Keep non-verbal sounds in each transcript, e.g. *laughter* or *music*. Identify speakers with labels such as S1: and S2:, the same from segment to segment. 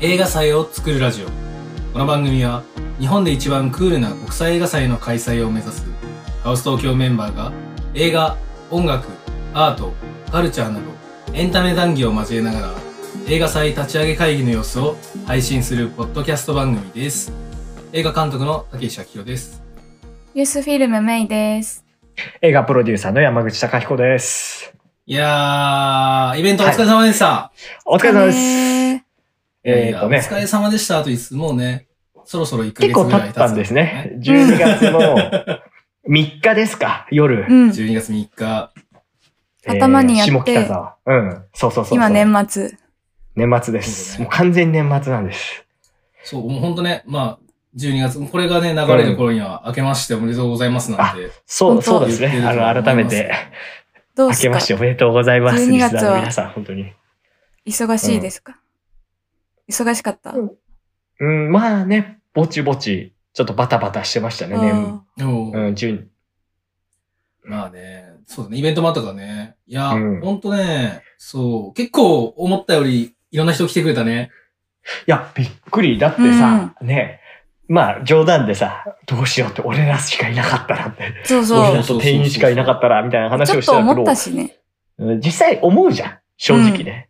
S1: 映画祭を作るラジオこの番組は日本で一番クールな国際映画祭の開催を目指すハウス東京メンバーが映画音楽アートカルチャーなどエンタメ談義を交えながら映画祭立ち上げ会議の様子を配信するポッドキャスト番組です映画監督の竹石明宏です
S2: ユースフィルムメイです。
S3: 映画プロデューサーの山口貴彦です。
S1: いやーイベントお疲れ様でした、
S3: お疲れ様です。
S1: い
S3: え
S1: や
S3: ーっと
S1: お
S3: ね、
S1: 疲れ様でしたと言いつつもうね、そろそろ1ヶ月
S3: 結構
S1: ぐら
S3: 経
S1: い
S3: ったんですね。12月の3日ですか、夜。
S2: うん。
S1: 12月3日。
S3: えー
S2: 頭にやって
S3: 下北沢。うん。そうそうそうそう。
S2: 今年末。
S3: 年末です。もう完全に年末なんです。
S1: そう、もうほんとね、まあ、12月、これがね、流れる頃には、明けましておめでとうございますなんて。
S3: そ
S2: 本
S3: う、
S2: 当
S3: そうです
S1: 言って
S3: ね。
S1: ると思
S3: あ
S1: います
S3: の、改めて、
S2: どう
S3: 明
S2: す
S3: け
S2: か
S3: ましておめでとうございます。
S2: 12
S3: リ
S2: 月は
S3: スナーの皆さん、本当に。
S2: 忙しいですか、忙しかった、
S3: うんうん、まあね、ぼちぼち、ちょっとバタバタしてましたね。年
S2: あ
S1: でも
S3: うん、12
S1: まあね、そうだね、イベントもあったからね。いや、
S3: うん
S1: ほんとね、そう、結構思ったより、いろんな人来てくれたね。
S3: いや、びっくり。だってさ、ね、まあ冗談でさ、どうしようって俺らしかいなかったらって
S2: ー、そう
S1: そう
S2: そ
S3: 俺
S2: う。
S3: らと店員しかいなかったら、みたいな話
S2: ちょ
S3: を
S2: っ
S3: して
S2: と
S3: たけ
S2: 思
S3: ど
S2: った、しね。
S3: うん実際思うじゃん、正直ね。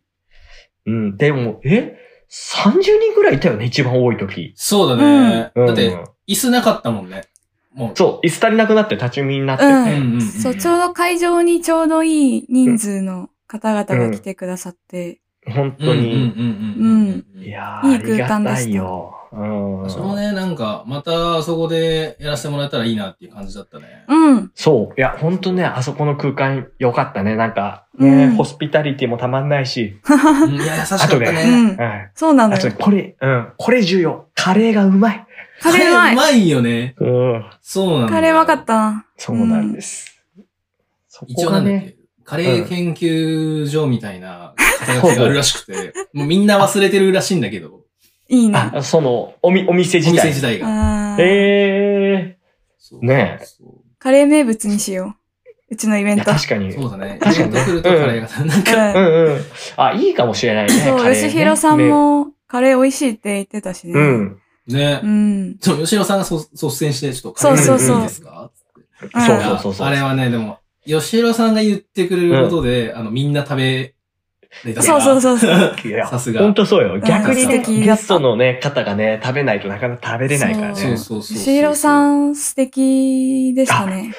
S3: うん、でも、え ?30 人ぐらいいたよね、一番多い時。
S1: そうだね。
S3: うん、
S1: だって、、椅子なかったもんね。もう。
S3: そう、椅子足りなくなって立ち見になって
S2: うん
S1: うん
S3: ね。
S1: うんん
S2: そう、ちょうど会場にちょうどいい人数の方々が来てくださって。
S3: 本
S1: うんう
S3: 当
S1: んうん
S3: に。
S1: うんうん。
S3: いやー、ありがたいよ。うん。
S1: それもね、なんか、またそこでやらせてもらえたらいいなっていう感じだった
S2: *laughs*
S1: ね。
S2: うん。
S3: そう。いや、本当ね、あそこの空間良かったね。なんか、ね、
S2: うん
S3: ホスピタリティもたまんないし。
S1: うんいや、優しかった
S3: あと
S2: う
S1: ね。
S2: ん。
S3: うん。
S2: そうなの
S3: あと
S2: よ
S3: ね。これ、うん、これ重要。カレーがうまい。
S2: カレーうまい。
S1: よね。
S3: うん、
S1: そうなんだよ
S2: カレーわかったな。
S3: そうなんです。そ
S1: 一
S3: こ
S1: 応な
S3: が
S1: んだっ
S3: ね、
S1: けカレー研究所みたい
S3: *laughs*
S1: な肩書きがあるらしくて、もうみんな忘れてるらしいんだけど、
S2: いいね。
S3: あ、その、おみ、お店
S1: お
S3: 自
S1: 店
S3: 体。
S1: 自体が。
S2: あー
S3: え
S1: そう
S3: ねえ
S1: そ
S2: カレー名物にしよう。うちのイベ
S3: え
S2: ン
S3: いや
S2: ト。
S3: 確か
S1: う
S3: に。
S1: そうだね。イ
S3: 確
S1: ベン
S3: かに
S1: ト
S3: ね
S1: 来るとカレーが、なんか、
S2: うん
S3: うんうん。あ、いいかもしれないね。
S2: そう、
S3: カレーね
S2: 吉弘さん。も、カレー美味しいって言ってたしね。
S3: う。ん。
S1: ね
S2: う。ん。
S1: そう、吉野さんがそ率先して、ちょっとカレー
S3: そうそ
S1: い
S3: うそう
S1: いですかって
S3: そうそうそうそう
S1: あれはね、でも、吉野さんが言ってくれることで、あの、みんな食べれたか
S2: そう
S1: ら
S2: そうそうそう。
S3: いや、
S1: さすが
S3: 本当そうよ。逆に
S2: う
S3: ね
S2: ん素敵だった
S3: ゲストのね、方がね、食べないとなかなか食べれないから
S1: そう
S3: ね。
S1: そうそう。
S2: シイロさん、素敵でしたね。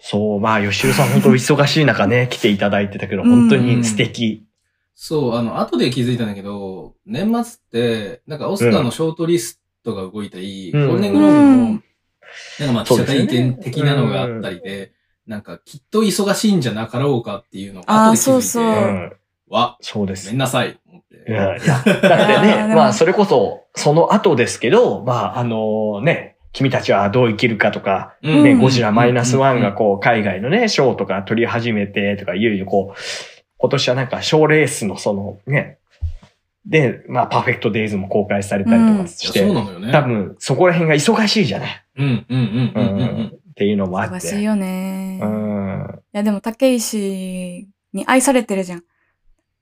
S3: そう、まあ、吉弘さん本当忙しい中ね、来ていただいてたけど、
S2: うん
S3: 本当に素敵。
S1: そう、あの、後で気づいたんだけど、年末って、なんかオスカーのショートリストが動いたり、
S3: うん
S1: ゴールデングローブ
S2: う
S1: の
S2: ん、
S1: なんかまあ記者体験的なのがあったりで、なんかきっと忙しいんじゃなかろうかっていうのが後
S2: あー
S1: で気づいて、
S2: そう
S3: う
S2: そ
S3: ん。
S1: わ、
S3: そうで
S1: ご
S3: す
S1: めん。なさい、思っ
S3: い
S1: て。
S3: やいやだって
S2: あー
S3: ね、
S2: でも
S3: まあ、それこそ、その後ですけど、まあ、あのね、君たちはどう生きるかとか、
S1: うん
S3: ね、ゴジラマイナスワンが
S1: う
S3: こう、海外のね、ショーとか撮り始めてとか、いよいよこう、今年はなんか、ショーレースのその、ね、で、まあ、パーフェクトデイズも公開されたりと
S2: うん
S3: か
S1: ん
S3: して、
S1: いやそうなのよね。
S3: 多分、そこら辺が忙しいじゃない。
S1: うんうんうんうんうんうん。
S3: っていうのもあって。
S2: 忙しいよね。
S3: う
S2: い
S3: ん。
S2: や、でも、竹石に愛されてるじゃん。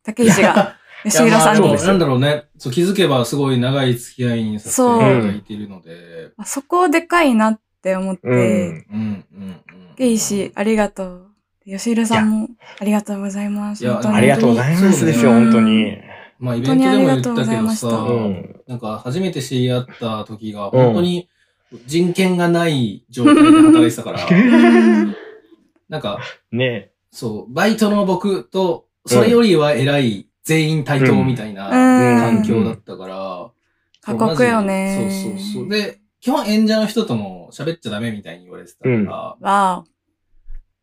S2: 竹石が、シ
S1: い
S2: イロさん
S1: やまあ
S2: に
S1: で。もなんだろうね。そう、気づけばすごい長い付き合いにさせていただいているので、
S2: あそこでかいなって思って、
S3: うん。
S1: うんうんうん。
S2: 竹石、ありがとう。吉弘さんも、ありがとうございます。
S1: いや
S2: 本当に
S3: ありがとうございますですよ、
S2: うん
S3: 本当に。
S1: まあ、イベントでも言った
S2: 本当にありがとうござ
S1: け
S2: い
S1: ど
S2: ました
S1: さ、
S3: うん。
S1: なんか初めて知り合った時が、
S3: うん
S1: 本当に人権がない状態で働いてたから、
S2: うん
S1: *laughs* なんか、
S3: ね。
S1: そう、バイトの僕と、それよりは偉い全員対等みたいな環境だったから、
S2: 過酷よね。
S1: そうそうそう。で、基本演者の人とも喋っちゃダメみたいに言われてたから、っ
S2: わ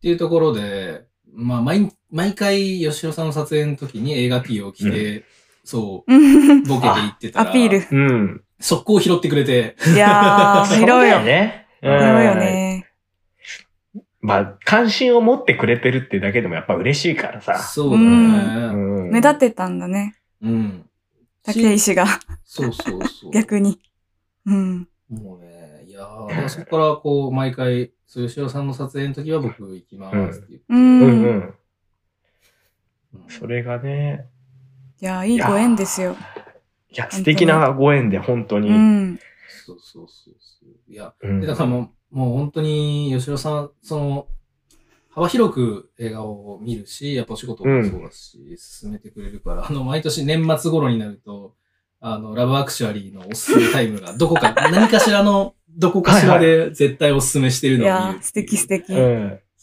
S1: ていうところで、まあ、毎、毎回、吉野さんの撮影の時に映画 T を着て、そう、
S2: お。うん
S1: ボケていってた
S2: ア
S1: ら、
S2: ピール。
S3: うん。
S1: 速攻拾ってくれて、
S2: いやー、拾う
S3: そうだ
S2: よ。
S3: ね。拾
S2: 拾うよね。
S3: まあ、関心を持ってくれてるっていうだけでもやっぱ嬉しいからさ。。
S1: そうだね。
S2: 目立っててたんだね。
S1: うん。
S2: 竹
S1: し
S2: 石が
S1: そうそうそう。
S2: *laughs* 逆に。うん。
S1: もうね、いやー、だからそこからこう、毎回、そう吉尾さんの撮影の時は僕行きますって言って。
S2: う。
S3: うんんうん。
S1: うん
S3: それがね、
S2: いや、いいご縁ですよ。
S3: いいや、
S2: 当に
S3: 素敵なご縁で、本当
S2: う
S3: に。
S2: ん。
S1: そうそうそうそう。いや、
S3: うん
S1: でだからもう、もう本当に、吉野さん、その、幅広く映画を見るし、やっぱお仕事もそうだし、進めてくれるから、あの、毎年年末頃になると、あの、ラブアクチュアリーのおすすめタイムが、どこか、 *laughs* 何かしらの、どこかしらで絶対おすすめしてる
S2: い
S1: のを見る
S2: やー、素敵素敵。
S3: うん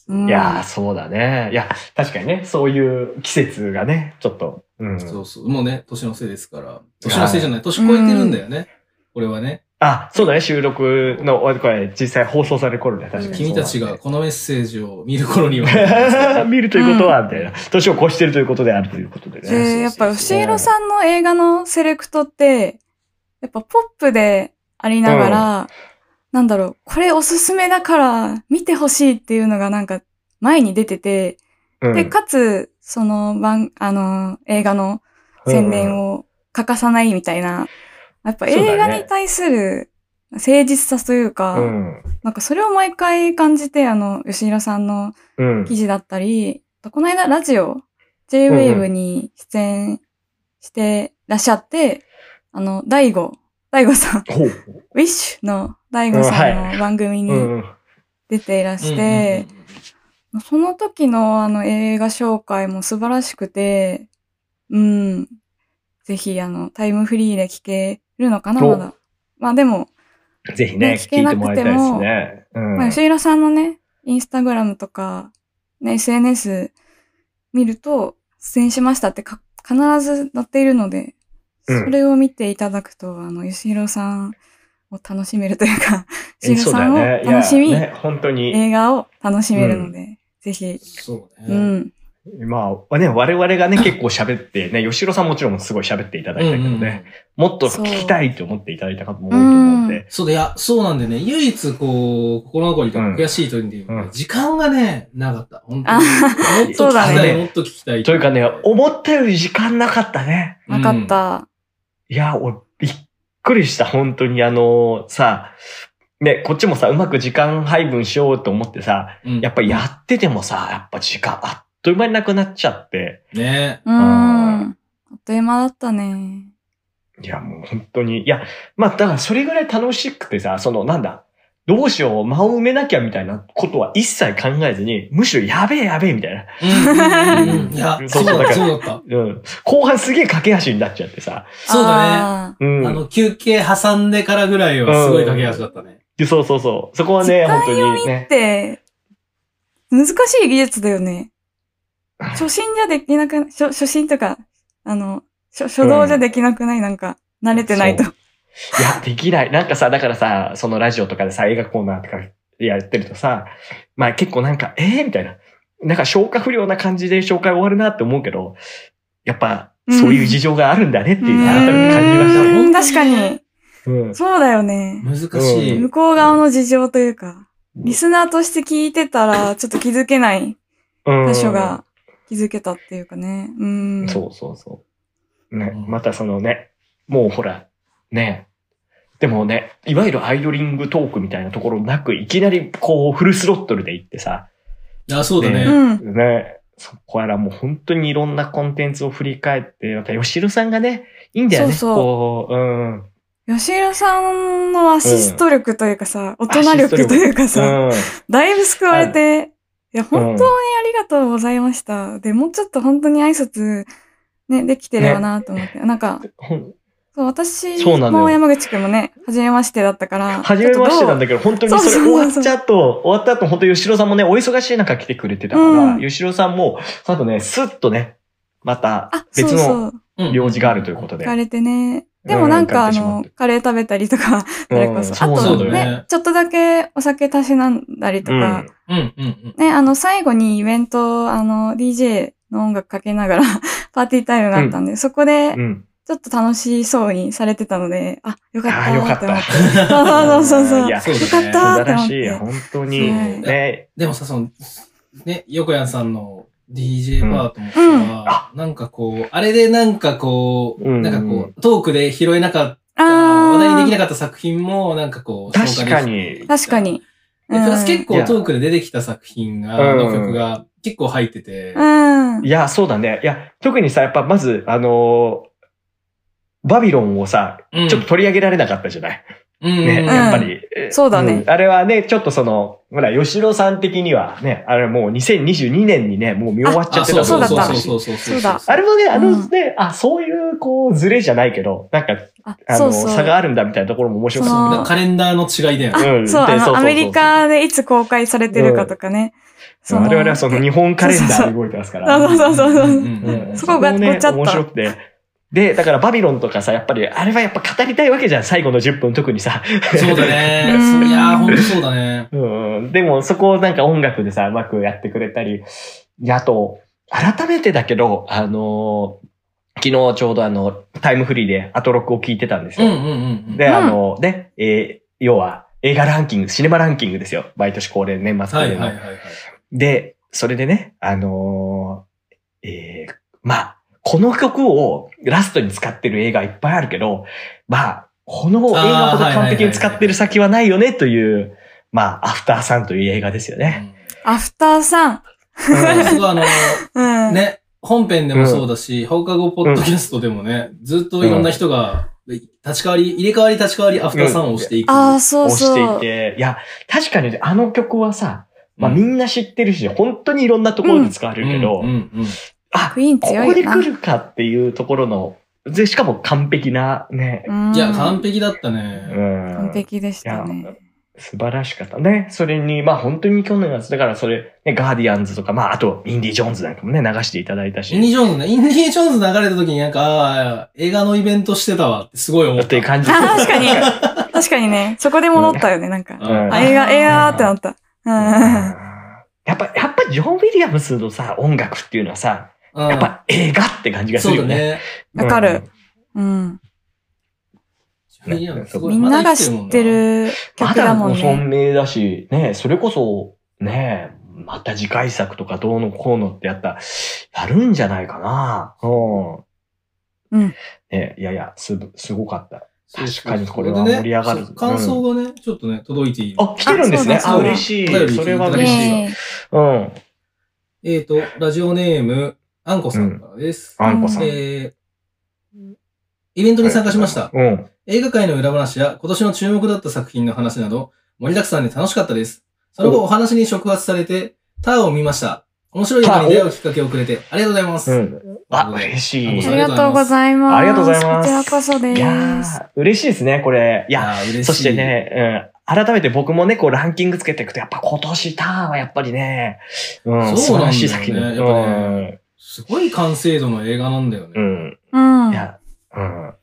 S2: うん
S3: いやー、そうだね。いや、確かにね、そういう季節がね、ちょっと。うん。
S1: そうそう。もうね、年のせいですから。年のせいじゃない。年超えてるんだよね。これはね。
S3: あ、そうだね、収録の、これ、実際放送される頃だよ、確かに。
S1: 君たちがこのメッセージを見る頃には。
S3: *laughs* 見るということは、みたいな。年を越してるということであるということでね。
S2: で、やっぱ、吉弘さんの映画のセレクトって、やっぱポップでありながら、なんだろう、これおすすめだから見てほしいっていうのがなんか前に出てて、
S3: うん
S2: で、かつ、その番、あの、映画の宣伝を欠かさないみたいな、やっぱ
S3: そうだ
S2: 映画
S3: ね
S2: に対する誠実さというか、
S3: うん。
S2: なんかそれを毎回感じて、あの、吉弘さんの
S3: うん。
S2: 記事だったり、この間ラジオ、JWAVE に出演してらっしゃって、あの、大悟、大悟さん、 *laughs*
S3: ほう。
S2: ウィッシュの大悟さ
S3: うん
S2: んの番組
S3: う
S2: に
S3: ん。
S2: 出ていら *laughs* して、その時のあの映画紹介も素晴らしくて、うん、ぜひあの、タイムフリーで聞けるのかな、
S3: お
S2: まだ。まあでも、
S3: ぜひね、
S2: ね
S3: 聞いてもらいたいですね。う
S2: まあ、
S3: ん。
S2: 吉浦さんのね、インスタグラムとか、ね、SNS 見ると、出演しましたってか必ず載っているので、そ
S3: うん
S2: れを見ていただくと、あの、吉弘さんを楽しめるというか、
S3: え
S2: 吉弘さんを
S3: いや
S2: 楽しみ、
S3: ね、本当に。
S2: 映画を楽しめるので、ぜひ、
S1: そう
S2: う
S1: ね。
S2: ん。
S3: まあ、ね、我々
S2: *laughs*
S3: がね、結構喋って、ね、吉郎さんもちろんすごい喋っていただいたけどね、もっと聞きたいと思っていただいた方も多いと思うんで、
S1: そうだ、いや、そうなんでね、唯一こう、心残りとか悔しいというんで言うとね
S3: うん
S1: 時間がね、なかった。本当
S2: あ
S1: に。もっと
S2: そ
S1: 聞
S2: う
S1: き
S2: だ
S1: たい、
S3: ね
S1: もっと聞きたい。
S3: というかね、思ったより時間なかったね。
S2: なかった。
S3: いや、俺、びっくりした、本当に。あの、さ、ね、こっちもさ、うまく時間配分しようと思ってさ、
S1: うん、
S3: やっぱやっててもさ、やっぱ時間あっという間になくなっちゃって、
S2: *laughs*
S1: ね。
S2: うん。あっという間だったね。
S3: いや、もう本当に、いや、まあ、だからそれぐらい楽しくてさ、その、なんだ、どうしよう、間を埋めなきゃみたいなことは一切考えずに、むしろやべえやべえみたいな。
S1: うんうんうんいや、そ
S3: そ
S1: うう
S3: そ
S1: だ
S3: うだ
S1: っ
S3: から
S1: た、そうだった。
S3: うん。後半すげえ駆け足になっちゃってさ。
S1: そうだね。
S2: あー。
S3: うん。
S1: あの、休憩挟んでからぐらいはすごい駆け足だったね。
S3: でそうそうそう。そこはね、
S2: 時間
S3: 本当にね
S2: っ。て、難しい技術だよ
S3: *laughs*
S2: ね。初心じゃできなくな、初初心とか、あの、初初動じゃできなくない、なんか、慣れてないと。
S3: いや、できない。なんかさ、だからさ、そのラジオとかでさ、映画コーナーとかやってるとさ、まあ結構なんか、えー、みたいな。なんか消化不良な感じで紹介終わるなって思うけど、やっぱ、そういう事情があるんだねっていう、
S2: うん
S3: 改めて感じましたね。
S2: うーん
S1: 本
S2: 確
S1: 当
S2: か
S1: に
S2: に、
S3: うん。
S2: そうだよね。
S1: 難しい。
S3: うん
S2: 向こう側の事情というか、リスナーとして聞いてたら、ちょっと気づけない
S3: うん
S2: 箇所が気づけたっていうかね。うん。
S3: そうそうそう。ね
S1: うん、
S3: またそのね、もうほら、ね、でもね、いわゆるアイドリングトークみたいなところなく、いきなりこうフルスロットルで行ってさ、
S1: あ、そうだね。
S2: うん。
S3: ね、そこからもう本当にいろんなコンテンツを振り返って、また吉野さんがね、いいんだよね、
S2: そうそう
S3: こう、うん。うん。
S2: 吉弘さんのアシスト力というかさ、大人力というかさ、だいぶ救われて、いや、本当にありがとうございました。で、もうちょっと本当に挨拶、ね、できてればなと思って。なんか、
S3: ほん
S2: そう、私
S3: そうなのよ
S2: も山口くんもね、初めましてだったから。
S3: 初めましてなんだけど、本当にそれ
S2: そうそう
S3: 終
S2: そう
S3: わっちゃうと、終わった後本当に吉野さんもね、お忙しい中来てくれてたから、
S2: うん
S3: 吉野さんも、その後ね、スッとね、また
S2: ちょっとどうあ、そ
S3: 別
S2: うそ
S3: の
S2: う。
S1: うん
S3: 用事があるということ
S2: 聞
S3: で。
S2: かれてね。でもなんか、
S3: う
S2: あ
S3: ん行かれてしまっ
S2: の
S3: て、
S2: カレー食べたりとか、それこそ。あ
S3: うん
S1: そ
S2: と
S1: うだよね
S2: ね、ちょっとだけお酒たしなんだりとか、
S1: うんうんうん。
S2: ね、あの、最後にイベント、あの、DJ の音楽かけながら、 *laughs* パーティータイムがあったんで、そこで
S3: う、ん。
S2: ちょっと楽しそうにされてたので、あ、よかった
S3: ああ、よか
S2: ー
S3: っ
S2: って思って。
S3: *laughs* た。
S2: そうそうそうそう。
S3: い
S2: よ
S3: や
S1: そうだ
S2: か
S1: ね
S2: っ
S3: 素
S2: たーって
S3: 晴
S2: 思
S3: ら
S2: っ
S3: しい。
S2: て。
S3: 本当に。
S2: はい
S3: ね。
S1: でもさ、その、ね、横山さんの DJ パートもさ、
S2: うんうん
S1: なんかこう、あれでなんかこう、
S3: うん
S1: なんかこう、トークで拾えなかっ
S2: あ
S1: た、
S2: ー
S1: 話題にできなかった作品も、なんかこう、
S3: 確かに
S1: 紹介できて
S2: 確か。に。
S1: でプラス結
S3: い
S1: 構
S3: や
S1: トークで出てきた作品が、
S3: うん
S1: の曲が結構入ってて、
S2: うん。うん
S3: いや、そうだね。いや、特にさ、やっぱまず、あのーバビロンをさ、
S1: うん
S3: ちょっと、取り上げられなかったじゃない、
S1: うんうん
S3: ね、
S1: うん
S3: やっぱり。え
S2: そうだね
S3: んあれはね、ちょっとその、ほら、吉野さん的にはね、あれもう2022年にね、もう見終わっちゃ
S1: あ、
S3: って
S1: そ
S3: た
S1: う
S3: と
S1: そ
S3: 思
S1: う
S3: う
S1: そうそ
S2: あ
S1: う
S3: し
S1: そうそう
S2: そうだ
S3: あれもね、あ
S2: う
S3: の
S2: ん
S3: ね、あ、そういうこう、ズレじゃないけど、なんか、
S2: あ、
S3: あ
S2: そ
S3: の、
S2: うそう。
S3: 差があるんだみたいなところも面白かった
S2: そ
S3: ね。
S2: う
S1: カレンダーの違いだよね。
S3: うん
S2: そう、
S3: で
S2: あ
S3: そうそうそう
S2: の、アメリカでいつ公開されてるかとかね。その
S3: 我々はその日本カレンダーで動いてますから。
S2: そうそうそうそう。
S1: んん
S3: うん
S2: そこが
S3: もね
S2: ごちゃっと
S3: 面白くて。で、だからバビロンとかさ、やっぱり、あれはやっぱ語りたいわけじゃん、最後の10分特にさ。
S1: そうだね。
S2: うん
S1: そいやー、ほんとそうだね。
S3: *laughs* うん、でもそこをなんか音楽でさ、うまくやってくれたり、であと、改めてだけど、あのー昨日ちょうどあの、タイムフリーでアトロックを聞いてたんです
S1: うん
S3: よ。
S1: うんうんうん。
S3: で、
S2: うん
S3: あのね、えー要は映画ランキング、シネマランキングですよ。毎年恒例、年末
S1: は
S3: 恒
S1: い
S3: 例
S1: は
S3: の。
S1: いはいはい。
S3: で、それでね、あのーえーまあ、この曲をラストに使ってる映画いっぱいあるけど、まあ、この映画ほど完璧に使ってる先はないよねという、まあ、アフターさんという映画ですよね。
S2: *laughs* アフターさん。
S1: うんすごいあの、
S2: うん。
S1: ね、本編でもそうだし、放課後ポッドキャストでもね、ずっといろんな人が、立ち替わり、入れ替わり立ち替わり、アフターさんを押していく。
S2: ああ、そう
S3: 押し
S2: そう。
S3: ていて、いや、確かにねあの曲はさ、まあ
S1: う
S3: みんな知ってるし、本当にいろんなところで使われるけど、
S1: うんうん
S3: あ、
S2: クイーン
S3: こ
S2: 強
S3: こ
S2: い
S3: で
S2: よな。
S3: 来るかっていうところの、で、しかも完璧なね、
S2: う
S1: うんんいや、完璧だった
S3: う
S1: ね。
S3: ん。
S2: 完璧でした
S3: いや
S2: ね。
S3: 素晴らしかったね。それに、まあ本当に去年の夏だからそれ、ね、ガーディアンズとか、まああと、インディ・ジョーンズなんかもね、流していただいた
S1: インディ・
S3: し、
S1: ジョーンズね。インディ・ジョーンズ流れた時になんか、ああ映画のイベントしてたわってすごい思っ
S3: って
S1: た
S3: いう。感
S2: あ、確
S3: じで
S2: かに。確かにね。そこで戻ったよね、なんか。
S3: うん
S2: あ、映画、映画ってな
S1: っ
S2: った。
S3: うん
S2: う
S3: やっぱ、やっぱジョン・ウィリアムスのさ、音楽っていうのはさ、
S1: た。
S3: やっぱ映画って感じ
S1: うん、
S3: がす
S1: そ
S3: る
S1: うだ
S3: よね。
S1: ね。
S2: ん。わかる。うん。
S1: いいやすごい
S2: みんなが知って。る
S3: うん。ま
S2: 曲だ
S3: だ
S2: もん
S3: 存
S2: ね。
S3: 命だし、ね、それこそ、ね、また次回作とかどうのこうのってやったら、やるんじゃないかな。うん。
S2: うん。
S3: ね、いやいや、す、すごかった。
S1: まだ生きてるもんな
S3: 確かにこれは盛り上がる
S1: それでねそう感想がね、ちょっとね、届いている。
S3: あ、来てるんですね。
S2: あ
S3: あ、
S2: そうだ
S3: 嬉し
S1: そうだ
S3: い。それは
S1: まだ
S3: 嬉
S1: イ
S3: しい。
S1: エ
S2: ね
S3: うん。
S1: えっ、と、ラジオネーム、あんこさんからです。
S3: あんこさん。
S1: えーイベントに参加しました。
S3: うん。
S1: 映画界の裏話や今年の注目だった作品の話など、盛りだくさんで楽しかったです。その後お話に触発されて、ターを見ました。面白い映画に出会うきっかけをくれて、ありがとうございます。
S3: うん。あ、嬉し
S1: あんこ
S3: い。い
S1: さ
S2: あ
S1: ん
S2: りがとうございます。
S3: ありがとうございま
S2: こ
S3: す
S2: ちらこそで
S3: や
S2: す。
S3: ー嬉しいですね、これ。いや、
S1: やー、嬉しい。
S3: そして、ね、うん。改めて僕もね、こうランキングつけていくと、やっぱ今年ターンはやっぱりね、うん、素
S1: そうなんだよ
S3: 晴
S1: ね
S3: らしい作品だ
S1: やっぱねすごい完成度の映画なんだよ
S3: う
S1: ね。
S3: ん。
S2: うん。
S3: いや、うん。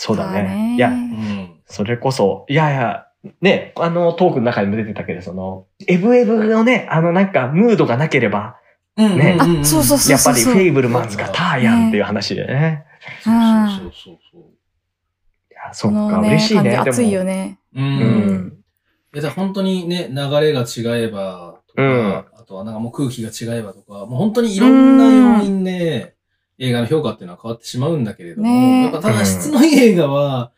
S3: そうだ
S2: そうだね
S3: ね。いや、
S1: うん。
S3: それこそ、いやいや、ね、あの、トークの中にも出てたけど、その、エブエブのね、あのなんか、ムードがなければ、
S1: うん
S3: ね
S1: んんん
S2: あそうそうそう
S3: やっぱりフェイブルマンズがターヤンっていう話でね。
S1: そうそうそうそう。
S3: いやそ
S2: こ
S3: っか、
S2: の
S3: 嬉
S2: ね、
S3: しい
S2: 感じ
S3: ね。でも
S2: 熱いよね。
S1: う。
S3: うんん。
S1: いや、だから本当にね、流れが違えばとか、
S3: うん
S1: あとはなんかもう空気が違えばとか、もう本当にいろんな要因で、映画の評価っていうのは変わってしまうんだけれども、
S2: ねえ
S1: やっぱただ質のいい映画は、
S3: うん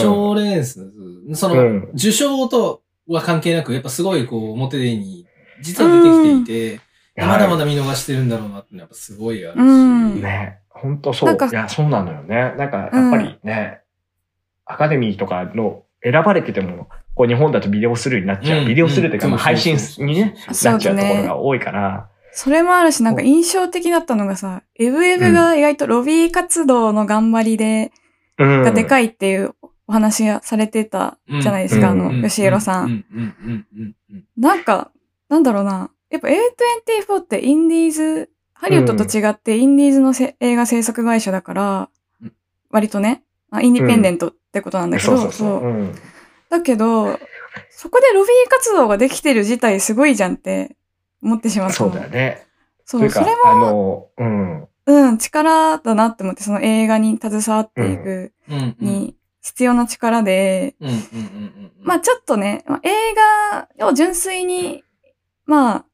S1: 賞レース、その、
S3: うん
S1: 受賞とは関係なく、やっぱすごいこう、表に、実は出てきていて、まだまだ見逃してるんだろうなっていうのはやっぱすごいあるし、
S2: うん
S3: ね、本当そ
S2: なん
S3: う。
S2: か
S3: いや、そうなのよね。なんか、やっぱりね、アカデミーとかの選ばれてても、こう日本だとビデオスルーになっちゃう。ビデオスルーというか、まあ配信にね、
S2: そうだ
S3: なっちゃうところ
S2: ね
S3: が多いから。
S2: それもあるし、なんか印象的だったのがさ、エブエブが意外とロビー活動の頑張りで、
S3: うん。
S2: がで
S3: い。
S2: かいっていうお話がされてたじゃないですか、
S3: うん
S2: あの、吉弘さ。
S1: うんん、うん、うん、うんうん。
S2: なんか、なんだろうな。やっぱ A24 ってインディーズ、ハリウッドと違ってインディーズのせ映画制作会社だから
S1: うん、
S2: 割とね、あインディペンデントってことなんだけ
S3: そうそ
S2: ど、
S3: うそ。
S2: そうう。
S3: うん。
S2: だけど、そこでロビー活動ができてる自体すごいじゃんって思ってしまった
S3: そ
S2: の
S3: うだよね。
S2: そう、
S3: と
S2: そ
S3: いう
S2: れ
S3: か、あの、うん。
S2: うん、力だなって思って、その映画に携わっていく
S1: うん、うん。
S2: に必要な力で、
S1: うん、うん、うん。うん
S2: まあ、ちょっとね、まあ、映画を純粋に、まあ、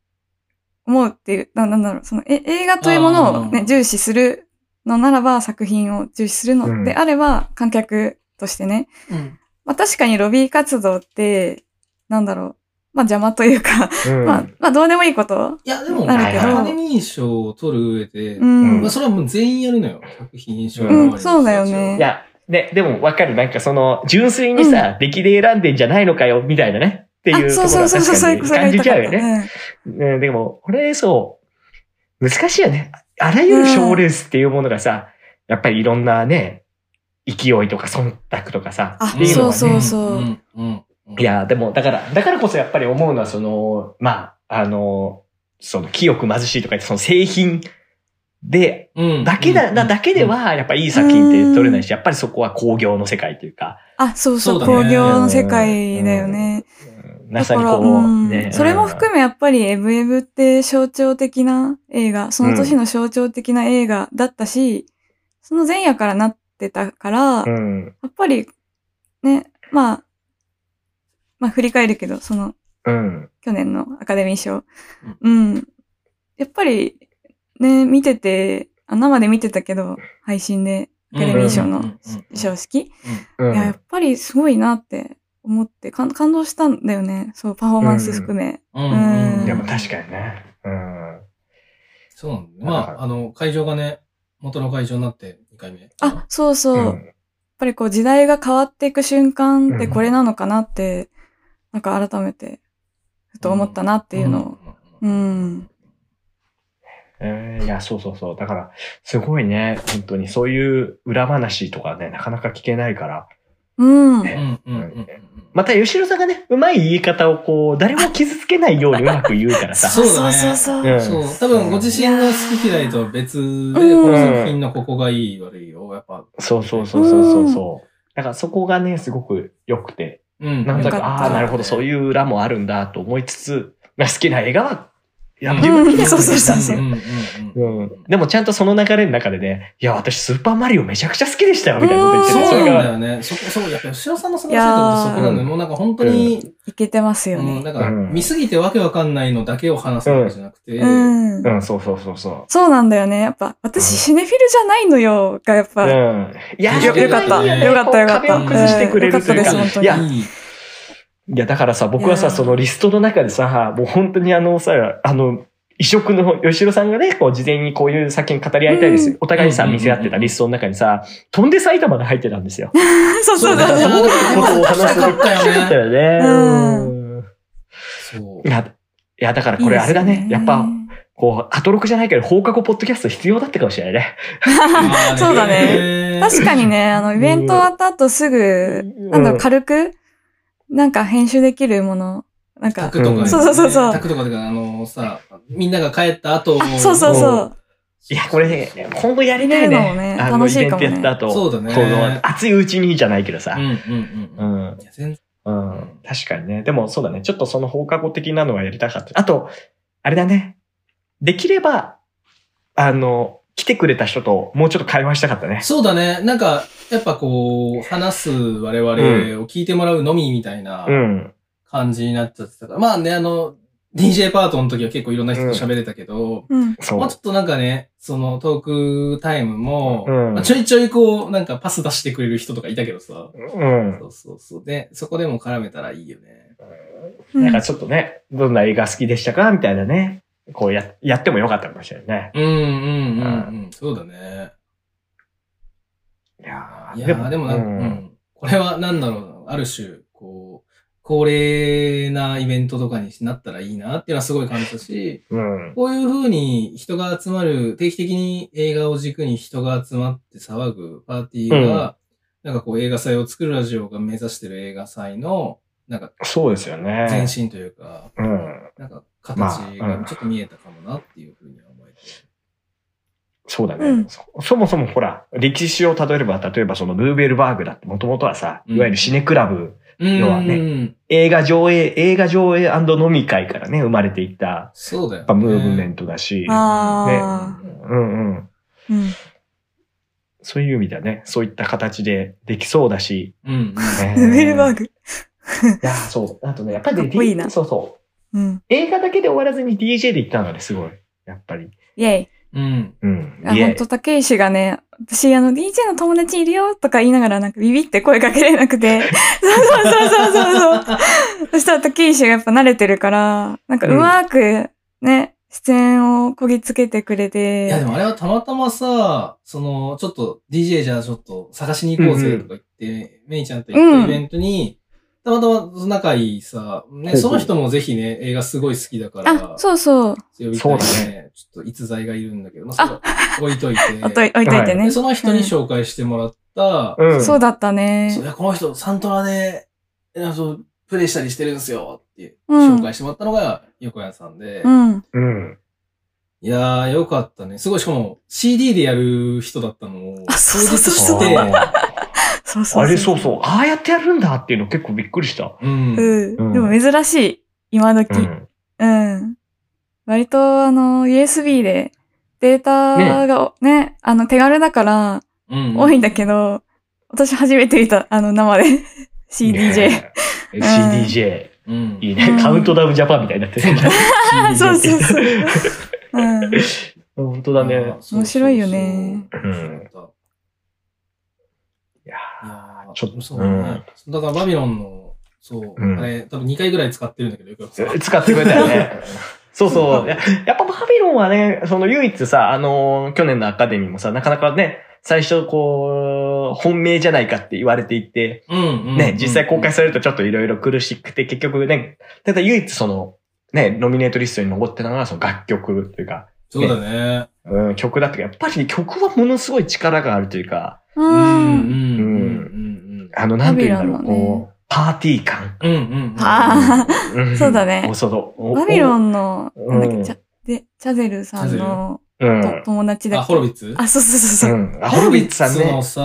S2: 思うっていう、ななんだろう、そのえ映画というものを、
S1: あ
S2: ね、
S1: ー
S2: 重視するのならば、作品を重視するのであれば、観客としてね、
S1: うん
S2: まあ、確かにロビー活動って、なんだろう、まあ邪魔というか、
S3: うん
S2: まあ、まあどうでもいいこと
S1: いや、でも、
S2: な
S3: るけど
S1: アカデミー賞を取る上で、
S2: う
S3: うん
S2: ん
S1: まあ、それはもう全員やるのよ。作品賞
S3: うん
S2: そうだよね
S3: いや、ね、でもわかる。なんかその、純粋にさ、出来で選んでんじゃないのかよ、みたいなね。っていう
S2: あ、
S3: と
S2: そ
S3: こ
S2: う
S3: ろ
S2: そう
S3: は
S2: そうそう、そ
S3: 確
S2: れ、そ
S3: か
S2: れ
S3: に感じ
S2: 言い
S3: ち
S2: た
S3: ゃ
S2: か
S3: う
S2: っ
S3: よ
S2: た。
S3: ね。
S2: ね、
S3: うん、でも、これそう、難しいよね。あらゆる賞レースっていうものがさ、やっぱりいろんなね、勢いとか忖度とかさ、
S2: あ
S3: っていうのはね、
S2: そうそうそう
S1: うんうんうん
S3: いや、でも、だから、だからこそやっぱり思うのは、その、まあ、あの、その、清く貧しいとか言って、その製品で、
S1: うん
S3: だけだ、
S1: うん
S3: なだけでは、やっぱいい作品って取れないし、やっぱりそこは工業の世界というか、
S2: あ、そうそ
S1: そ
S2: う、
S1: うだ
S2: 工
S1: ね
S2: 業の世界だよね。
S3: うん
S2: だ
S3: ま
S2: か
S3: さに
S2: ら、
S3: こ
S2: う
S3: う、
S2: ん
S3: ね。
S2: それも含
S3: め、
S2: めやっぱりエブエブって象徴的な映画、その年の象徴的な映画だったし、その前夜からなってたから、
S3: う
S2: や
S3: ん。
S2: っぱり、ね、まあ、まあ振り返るけど、その
S3: うん。
S2: 去年のアカデミー賞。うん。やっぱり、ね、見てて、あ生で見てたけど、配信で、アカデミー賞
S1: うんうん
S2: の
S1: うんうん
S2: 賞式。
S3: うん
S2: いや、やっぱりすごいなって思って、感感動したんだよね。そう、パフォーマンス含め。
S1: うん
S2: うん
S1: うん
S3: でも確かにね。うん。
S1: そうなんだね。まあ、あの、会場がね、元の会場になって2回目。
S2: あ、そうそう。
S3: う
S2: やっ
S3: ん
S2: ぱりこう、時代が変わっていく瞬間って
S3: うん
S2: これなのかなって、なんか改めて、ふと思ったなっていうのを。うん。
S3: えーいや、そうそうそう。だから、すごいね、本当に、そういう裏話とかね、なかなか聞けないから。
S2: うん。
S1: う
S3: ね
S1: んうんうんうん。
S3: また、吉野さんがね、うまい言い方をこう、誰も傷つけないようにうまく言うか
S2: *laughs*
S3: らさ。
S1: そうだね
S2: そうそうそう。
S3: うん
S1: そう、多分ご自身の好き嫌いとは別で、この作品のここがいい悪いを、やっぱ。
S3: そうそうそうそうそうそう。だからそこがね、すごく良くて、
S1: うん。
S3: なんだ
S2: よ
S3: か、
S2: かった
S3: ああー、なるほど、そういう裏もあるんだと思いつつ、まあ好きな映画は、いや
S1: うん
S3: 自分の好きな映画
S2: そうそうそうそう
S3: だ
S1: う
S3: っ
S1: んうん
S3: て
S1: うんう
S3: うんん。でもちゃんとその流れの中でね、いや、私スーパーマリオめちゃくちゃ好きでしたよ、みたいなこと言って
S1: そう
S3: て、
S1: なん
S3: れ
S1: だ
S3: が、
S1: よね。そこ、そう、やっぱ吉野さんの素晴らしいところってそこなの
S3: い
S1: よ。
S3: やー
S1: もうなんか本当に、
S2: いけてますよ
S1: うん、
S2: ね。
S1: だから、
S3: うん
S1: 見すぎてわけわかんないのだけを話すわけじゃなくて、
S2: うん。
S3: うん、そうそうそうそう。
S2: そうなんだよね。やっぱ、
S3: う
S2: 私、
S3: ん
S2: シネフィルじゃないのよ、がやっぱ、
S3: うん。いや、
S1: よよかった
S2: よかったよかった
S3: 壁を崩してくれるという
S1: ええよ
S3: か。
S1: かったです本
S2: 当
S3: い
S2: に
S3: や、い
S1: いい。
S3: や、だからさ、僕はいさ、
S2: や
S3: そのリストの中でさ、もう本当にあのさ、あの、異色の、吉野さんがね、こう、事前にこういう作品語り合いたいです。
S2: うん
S3: お互いにさ、
S1: うん
S3: 見せ合ってたリストの中にさ、飛んで埼玉が入ってたんです
S2: *laughs*
S3: よ。
S2: そうそう
S1: だ
S2: そう
S1: ね
S2: そう。
S3: ことをお話しする
S1: よかったよ
S3: だ
S1: ね。
S3: よね。
S2: うん
S3: うん
S1: そう
S3: い。や、いや、だからこれあれだね。やっぱ、こう、アトロクじゃないけど、放課後ポッドキャスト必要だったかもしれないね。
S1: まあ
S2: そうだ
S1: ね
S2: 確かにね、あの、イベント終わった後すぐ、なんだろう、軽く、なんか編集できるもの、なん
S1: タ
S2: か、
S1: クとか、ね、
S2: そうそうそうそう
S1: タクとかとか、あのさ、みんなが帰った後
S2: あ、そうそうそう。
S3: いや、これね、今後やりたい
S2: やるのも
S3: ね
S2: ね。
S3: あの
S2: 楽しいかもね
S3: イベントやった後。
S1: そうだね
S3: この熱いうちにじゃないけどさ
S1: うん。うん
S3: う
S1: うん。
S3: ん。
S1: いや全然
S3: うん。確かにね。でもそうだね。ちょっとその放課後的なのはやりたかった。あと、あれだね。できれば、あの、来てくれた人ともうちょっと会話したかったね。
S1: *laughs* そうだね。なんか、やっぱこう、話す我々を聞いてもらうのみみたいな
S3: うん。
S1: 感じになっちゃってたから。まあね、あの、DJ パートの時は結構いろんな人と喋れたけど、
S2: うん。
S3: そう
S1: まあちょ。っとなんかね、そのトークタイムも、
S3: うん
S1: まあちょいちょいこう、なんかパス出してくれる人とかいたけどさ。
S3: うん
S1: そ。うそうそう。で、そこでも絡めたらいいよね。
S2: うん
S3: なんかちょっとね、どんな映画好きでしたかみたいなね。こうや、やってもよかったかもしれないね。
S1: うんうんうんうん。そうだね。
S3: いや
S1: いやーでもなんか、うんこれはなんだろうな、ある種、こう、恒例なイベントとかになったらいいなっていうのはすごい感じたし、
S3: うん。
S1: こういう風に人が集まる、定期的に映画を軸に人が集まって騒ぐパーティーが、なんかこう映画祭を作るラジオが目指してる映画祭の、なんか
S3: そうですよね。
S1: 前進というか、
S3: うん。
S1: なんか
S3: ま
S1: 形
S3: あう
S1: が
S3: ん
S1: ちょっと見えたかもなっていう風には思えて。
S3: そうだね、
S2: うん
S3: そ。そもそもほら、歴史を例えれば、例えばそのヌーベルバーグだって、もともとはさ、
S1: うん
S3: いわゆるシネクラブ、
S1: うん。
S3: 要はね映画上映、映画上映飲み会からね、生まれていった、や
S1: そうだよ、ね。
S3: っぱムーブメントだし、
S2: あ
S3: うんうん。
S2: ーうん。
S3: そういう意味ではね、そういった形でできそう
S2: *laughs*
S3: だし、
S1: うんうん。
S3: ね
S2: ヌベルバー
S3: い
S2: グ。
S3: や、そう。あとね、やっぱりね、
S2: かっこいいな
S3: そうそう。
S2: うん。
S3: 映画だけで終わらずに DJ で行ったのね、すごい。やっぱり。
S2: イェイ。
S1: うん。
S3: うん。
S2: あ、
S3: いえ
S2: ほんと、竹石がね、私、あの、DJ の友達いるよとか言いながら、なんかビビって声かけれなくて。そうそうそうそうそうそう。そしたら、竹石がやっぱ慣れてるから、なんかうまく、ね、出演をこぎつけてくれ
S1: いや、で
S2: て、
S1: もあれはたまたまさ、その、ちょっと DJ じゃあちょっと探しに行こうぜとか言って、メイちゃんと行ったイベントに、たまたま仲いいさ、ね、
S3: ほうほう
S1: その人もぜひね、映画すごい好きだから、
S2: あ、そうそう、
S1: 呼びたいね。
S3: そうだ
S1: ちょっと逸材がいるんだけど、まあ、それは置いといて。
S2: あと置いといてね
S1: で、。その人に紹介してもらった、
S3: うん。
S2: そうだった
S1: そうい
S2: ね。
S1: やこの人、サントラで、えあそうプレイしたりしてるんですよって、
S2: うん
S1: 紹介してもらったのが横山さんで、
S2: うん。
S3: うん。
S1: いやー、よかったね。すごい、しかも CD でやる人だったのを、
S2: あそうそうそう
S1: 当
S2: そう
S1: 日知って
S2: そうそうそう。
S3: あれ、そうそう。ああやってやるんだっていうの結構びっくりした。
S1: うん。
S2: うん。で
S3: う
S2: も
S3: ん
S2: 珍しい。今時。
S3: うん。
S2: うん。割と、あの、USB で、データがねあの、手軽だから、
S1: うん。
S2: 多いんだけど、私初めて見た、あの、生で、CDJ。
S3: ねえ。CDJ。
S1: うん。
S3: いいうね
S2: ん。
S3: カウントダウンジャパンみたいになってる。 *laughs*
S1: *laughs*
S2: そうそうそう
S3: CDJ って
S2: うん。
S3: 本当だね。
S2: 面白いよね
S1: そううそうんそう
S3: いや
S1: いやー
S3: ちょっと
S1: そうね。だから、バビロンの、そう、
S3: うん
S1: あれ、多分2回ぐらい使ってるんだけど、よく
S3: ー使ってくれたよ
S1: *laughs*
S3: ね。そうそう。ややっぱバビロンはね、その唯一さ、あのー去年のアカデミーもさ、なかなかね、最初こう、本命じゃないかって言われていて、
S1: うんうん。
S3: ね、実際公開
S1: し
S3: されるとちょっといろいろ苦しくて、結局ね、ただ唯一その、ね、ノミネートリストに残ってたのがその楽曲というか、
S1: そうだね。
S3: うん、曲だったけど、やっぱりね曲はものすごい力があるというか、
S2: う。
S1: うんうん。
S3: あの、なんていうんだろ
S2: バ
S3: う、
S2: ビロンのね
S3: こう、パーティー感。
S1: うんうん。
S2: あ
S3: ん
S2: そうだね
S3: おそうそう。
S2: バビロ
S3: ン、
S2: ンの、
S3: お
S2: なんだっ
S3: う
S2: け、
S3: ん
S2: チャでチャゼルさんの
S3: うん。
S2: と友達だ
S1: あ、
S2: っけ
S1: ホロビッツ
S2: あ、そうそうそう
S3: う
S2: そう。
S3: ん。あ、ホルビッツさん
S1: の
S3: ね。
S1: さ、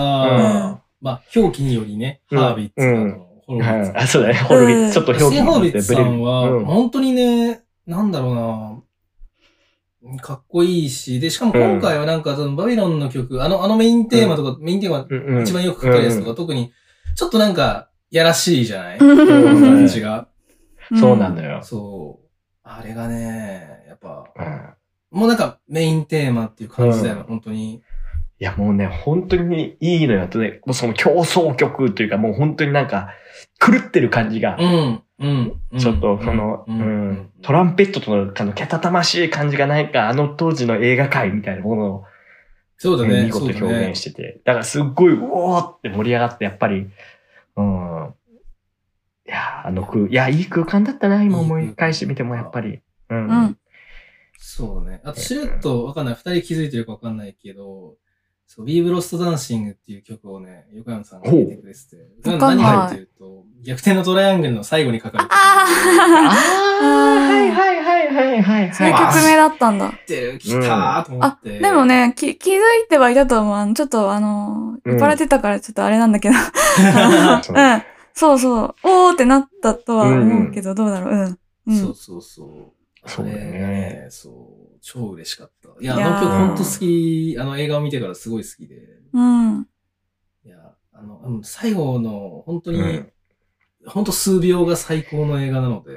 S1: まあ、表記によりね、
S3: うん
S1: ハービッツだの、ホロビッ
S3: は
S1: ツ
S3: い。あ、そうだね。ホルビッツ。ちょっと
S1: シ
S3: 表
S1: ェ
S3: 現
S1: ホービッツさん
S3: う
S1: は、
S3: ん
S1: 本当にね、なんだろうな、かっこいいし、で、しかも今回はなんか、そのバビロンの曲、あの、あのメインテーマとか、メインテーマ
S3: うんうん
S1: 一番よくかかるやつとか、特に、ちょっとなんか、やらしいじゃない
S3: うん
S1: 感じが。
S3: そうなんだよ。
S1: そう。あれがね、やっぱ、
S3: うん。
S1: もうなんかメインテーマっていう感じだよね、本当に。
S3: いや、もうね、本当にいいのよ。とね、もうその競争曲というか、もう本当になんか、狂ってる感じが
S1: う、ん、うん。うん
S3: ちょっと、その、うん、トランペットとの、あの、けたたましい感じがないか、あの当時の映画界みたいなものを、
S1: そうだ
S3: ね、
S1: ね、
S3: 見
S1: そ
S3: 事
S1: うだ
S3: 表
S1: ね
S3: 現。してて。だからすっごい、うおーって盛り上がって、やっぱり、うん。いやー、あの空、いや、いい空間だったな、今思い返してみても、やっぱり。うん。
S2: うん。
S1: そうね。あと、しれっとわかんない。二人気づいてるかわかんないけど、そう、ビーブロストダンシングっていう曲をね、横山さんが入れてくれてて。
S2: わかんない
S1: 何かっていうと、逆転のトライアングルの最後にかかる。
S2: ああ
S3: あー、はいはいはいはいはい
S2: そう
S3: はいい。
S2: う曲名だったんだ。
S1: ってる、来たーと思っ
S2: あ、
S1: て。*laughs*
S2: でも。ね、き気づいてはいたと思うあの。ちょっとあの、
S3: うん
S2: 酔っ払ってたからちょっとあれなんだけど。あ
S3: そう
S2: のうん。そうそう。おーってなったとは思うけど、どうだろう。うん。う。
S1: そうんそうそう。
S3: そうだよね
S1: あれが。そう。超嬉しかった。いや、
S2: いやー
S1: あの曲ほんと好き、あの映画を見てからすごい好きで。
S2: うん。
S1: いや、あの、うん最後の、本当に、
S3: うん
S1: ほんと数秒が最高の映画なので、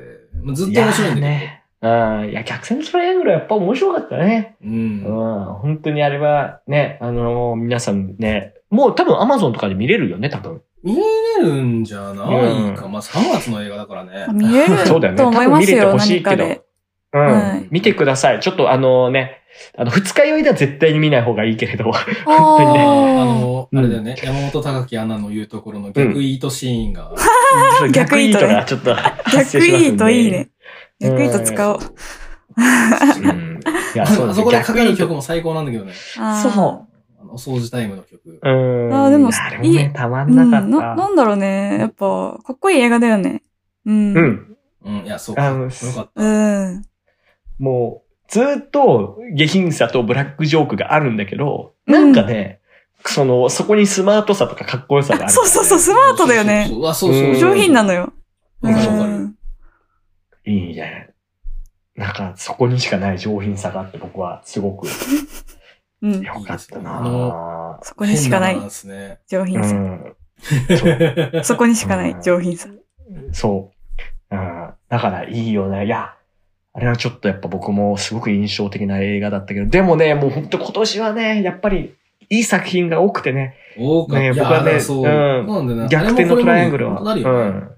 S1: まあずっと面白いんだけど。
S3: いやーね。うん。いや、逆転トライアングルはやっぱ面白かったね。
S1: う
S3: うんん。。本当にあれはね、あのー皆さんね、もう多分 Amazon とかで見れるよね、多分。
S1: 見れるんじゃないか。
S3: う
S1: まあ、3月の映画だからね。
S2: 見える
S3: *laughs* そうだよね。
S2: と
S3: 多
S2: 思い
S3: 分
S2: ま
S3: 見
S2: す
S3: れて
S2: よ、
S3: ほし
S2: 何
S3: いけ
S2: か
S3: *laughs* ど。
S2: で。
S3: う
S2: は
S3: ん
S2: い。
S3: 見てください。ちょっとあのね、あの、二日酔いでは絶対に見ない方がいいけれ
S2: *laughs*
S3: ど。
S2: お
S1: あ
S2: ー。
S1: の、
S3: うん
S1: あれだよね、山本隆樹アナの言うところの逆イートシーンが、
S2: 逆イートね
S3: がちょっと発
S2: 逆
S3: 生しますんで。
S2: イートいいね。
S3: うん
S2: 逆イート使おう。
S3: うん。いや、
S1: あ
S3: そう
S1: のあ
S3: です
S1: そこでかかる曲
S3: も。
S1: も最高なんだけどね。
S2: あー
S3: そ
S1: あのお掃除タイムの曲。
S3: う。うん。
S2: あーでも
S3: あれもね
S2: いい
S3: たま
S2: うんん。
S3: な
S2: な、
S3: かった。
S2: なんだろうね。やっぱ、かっこいい映画だよね。うん。う
S3: う
S2: ん。
S3: ん。
S1: うん、いや、そうか。
S3: あ
S1: よ
S3: の
S1: かった。
S2: うん。
S3: もう、ずーっと下品さとブラックジョークがあるんだけど、なんかね、その、そこにスマートさとかかっこよさがある。
S2: そうそうそう、
S3: う。
S2: スマートだよね。
S1: そうそうそう。あそう
S3: うん
S1: そう
S2: 上品なのよ。
S1: わかるわかる
S2: うん
S3: いいね。なんか、そこにしかない上品さがあって、僕はすごく
S2: うん。
S3: 良かったなぁ
S2: そこにしかな
S1: 変ん
S2: い
S1: ですね。
S2: 上品さ。
S1: そう
S2: そこにしかない
S3: うん
S2: 上品さ。
S3: うん。そう。うん。だから、いいよね。いや、あれはちょっとやっぱ僕もすごく印象的な映画だったけど、でもね、もう本当今年はね、やっぱり、いい作品が多くてね、
S1: 多かった。
S3: ね
S1: いや
S3: 僕は
S1: だ
S3: ね
S1: からそう。
S3: うん
S1: そうなんだよね。
S3: 逆転のトライアングルは。
S1: なるよね。
S3: うん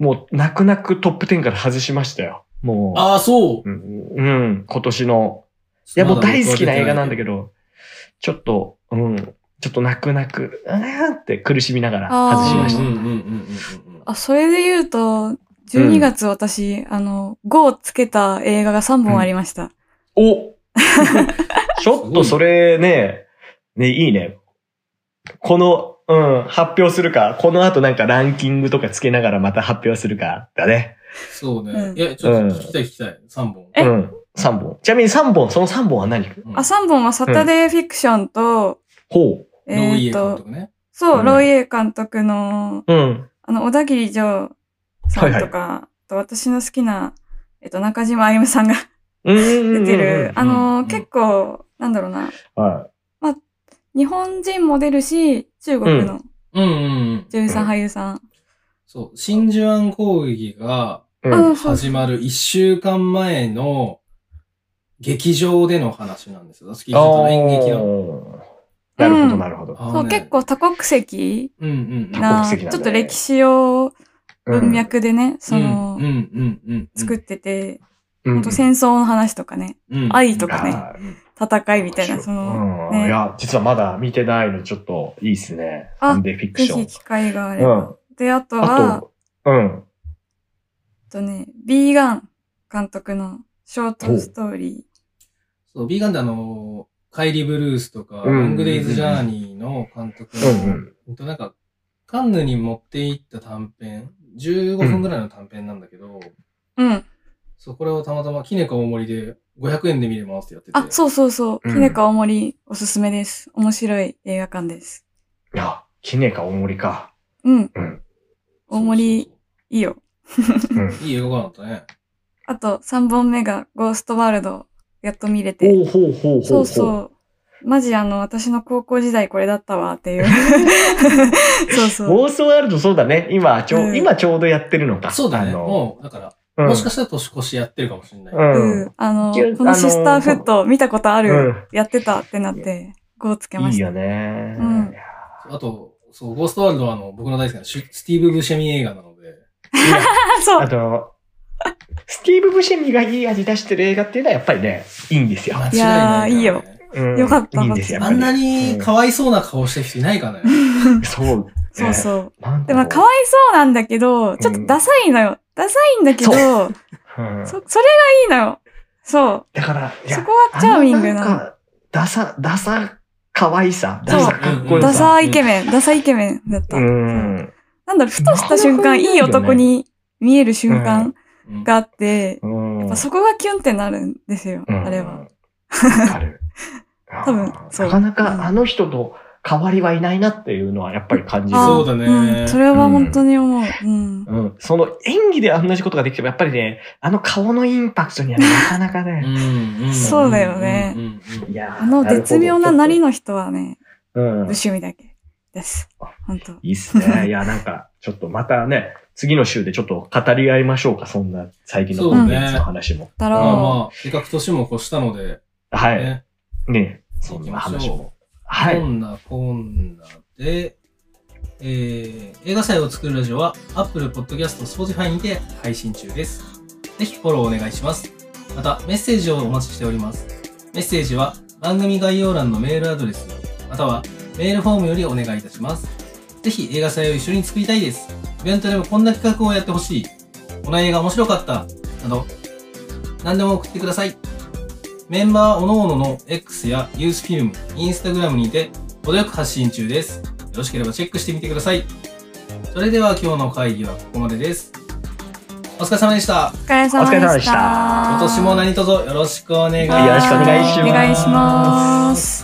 S3: もう、泣く泣くトップ10から外しましたよ。もう。
S1: ああ、そう。
S3: うん、うん、今年の。いや、もう大好きな映画なんだけど、ちょっと、うん、ちょっと泣く泣く、うーんって苦しみながら外し
S1: ま
S3: まし。
S1: したた。
S3: う
S1: うん
S3: ん
S1: うんうんうんうんうん。
S2: あ、それで言うと、12月私、あの、5をつけた映画が3本ありました。
S3: *laughs* おちょっとそれね、ね、いいね。この、うん、発表するか、この後なんかランキングとかつけながらまた発表するか、だね。
S1: そう
S2: う
S1: ね。
S2: ん
S1: いや、ちょっと聞きたい聞きたい。3本。
S2: え
S3: うん、3本。ちなみに3本、その3本は何
S1: うん
S2: あ、3本はサタデーフィクションと、
S3: ほ
S1: ローイ
S2: え
S1: エ監
S2: っと、
S1: 督ね。
S2: そう、
S3: うん
S2: ロイエ監督の、
S3: う。うん。
S2: あの、小田切城さんとか、あと私の好きな、えっと、中島歩夢さんが
S3: うんうんうんうん。
S2: 出てる、あの、
S1: うん
S2: 結構、なんだろうな、
S3: は
S2: 日本人も出るし、中国の
S1: うんうんうん。
S2: 女優さん、
S3: うん
S2: 俳優さん。
S1: そう。真珠湾攻撃が
S3: い。うん。
S2: あそう
S1: 始まる1週間前の劇場での話なんですよ。私聞いてたの演劇の。
S3: なるほ
S2: う
S3: ど、
S2: ん
S3: なるほど。
S2: そう、結構。多国籍
S1: うんうんうん。
S3: 多
S2: な、
S3: 国
S2: ち
S3: 籍なんだね
S2: ょっと歴史を文脈でね、その、
S1: うんうんうんうん。
S2: 作ってて、
S3: うん、
S2: ほんと戦争の話とかね、
S1: うん
S2: 愛とかね
S3: あー
S2: 戦いみたいな、その、
S3: の
S2: ね
S3: いや、実はまだ見てないの、ちょっといいっすね。
S2: あ
S3: サンデーフィク
S2: ぜ
S3: ショ
S2: ひ
S3: ン。
S2: 機会があれ
S3: う
S2: ば。
S3: ん。
S2: で、あとは、
S3: あと、うん。
S2: えっとね、ビーガン監督のショートストーリ
S1: そう、ビーガンであの、カイリー・ブルースとか、
S3: うん
S1: ロングデイズ・ジャーニーの監督
S3: う
S1: の、
S3: んうん。
S1: ほんとなんか、カンヌに持っていった短編、15分ぐらいの短編なんだけど、
S2: ー。うん。
S1: そう、これをたまたま、キネカ大盛りで500円で見れますってやってて。
S2: あ、そうそうそう。
S3: うん
S2: ひねかおもりおすすめです。面白い映画館です。
S3: いや、キネか大盛りか。
S2: うん。
S3: うん。
S2: 大盛り
S1: そう
S2: いいよ。
S3: うん
S1: そうそう。いい映画だったね。
S2: あと、3本目がゴーストワールド。やっと見れて。
S3: おうほうほうほうほう。
S2: そうそう。マジあの、私の高校時代これだったわっていう。
S3: *laughs*
S2: そうそう。
S3: ゴーストワールドそうだね。今、ちょう、
S2: うん
S3: 今ちょうどやってるのか。
S1: そうだね。
S3: あの
S1: もう、だから、
S3: うん
S1: もしかしたら年越しやってるかもしれない。
S3: うん
S2: うん。あの
S3: いや、
S2: このシスターフット見たことある。
S3: うん
S2: やってたってなって、5つけま
S3: いい
S2: した。
S3: よね。
S2: うん
S3: いや
S1: あと、そう、ゴーストワールドはあの、僕の大好きなシュスティーブ・ブシェミ映画なので、
S2: *laughs* あ、そ
S3: あ
S2: う。
S3: と、スティーブ・ブシェミがいい味出してる映画っていうのはやっぱりね、いいんですよ。
S1: 間違いないからね、
S2: いやーいいよ
S3: うん
S2: よかった
S3: いいんですよ。
S1: あんな
S3: やっ
S1: にかわいそうな顔してる人いないかね。
S2: *laughs*
S3: ぱりそう。
S2: そうそう。
S3: なん
S2: でも、
S3: だろう
S2: かわいそうなんだけど、ちょっとダサいのよ。ダサいんだけど、そ、
S3: うん
S2: それがいいのよ。そう。
S3: だから、いや
S2: そこはチャーミング
S3: あん
S2: な。
S3: かダサ、ダサ、可愛さ。
S2: そう
S3: ダサ、かっこよさ。
S2: ダサイケメン、ダサイケメンだった。
S3: う
S2: なん
S3: ん。
S2: だろう、ふとした瞬間、
S3: なかなかいない
S2: い
S3: よね
S2: 男に見える瞬間
S1: うん
S2: があって、
S3: うん。
S2: そこがキュンってなるんですよ、
S3: うん
S2: あれは。。
S3: わかる。
S2: 多分
S3: あー
S2: そう
S3: なかな
S2: うん
S3: かあの人と変わりはいないなっていうのはやっぱり感じる。
S2: あー
S1: そうだね
S2: うん。それは本当に思う。うん。
S3: うん。その演技で同じことができてもやっぱりね、あの顔のインパクトにはなかな
S1: *laughs*
S3: かね。
S2: そうだよね
S1: うんうん
S3: いやー
S2: あの絶妙ななり、の人はね、
S3: るほどうん
S2: 不。趣味だけです。本当。
S3: いいっ
S2: *laughs*
S3: すね。いや、なんか、ちょっとまたね、次の週でちょっと語り合いましょうか、そんな最近のコンテンツの話も。
S2: だ
S1: まあ
S2: ろ
S1: まあ、せっかく年も越したので、
S3: はい。
S1: ね、
S3: ねそんな話も。はい。
S1: こんなこんなで、えー映画祭を作るラジオは Apple Podcast、Spotify にて配信中です。ぜひフォローお願いします。また、メッセージをお待ちしております。メッセージは番組概要欄のメールアドレス、またはメールフォームよりお願いいたします。ぜひ映画祭を一緒に作りたいです。イベントでもこんな企画をやってほしい。この映画面白かった。など、何でも送ってください。メンバー各々の X やユースフィルム、インスタグラムにて程よく発信中です。よろしければチェックしてみてください。それでは今日の会議はここまでです。お疲れ様でした
S2: う。。お疲れ
S3: お疲れ
S2: 様
S3: 様
S2: で
S3: で
S2: し
S3: したた。
S1: 今年も何卒よろしくお願いします。
S3: よろしくお願いします
S2: お願いします。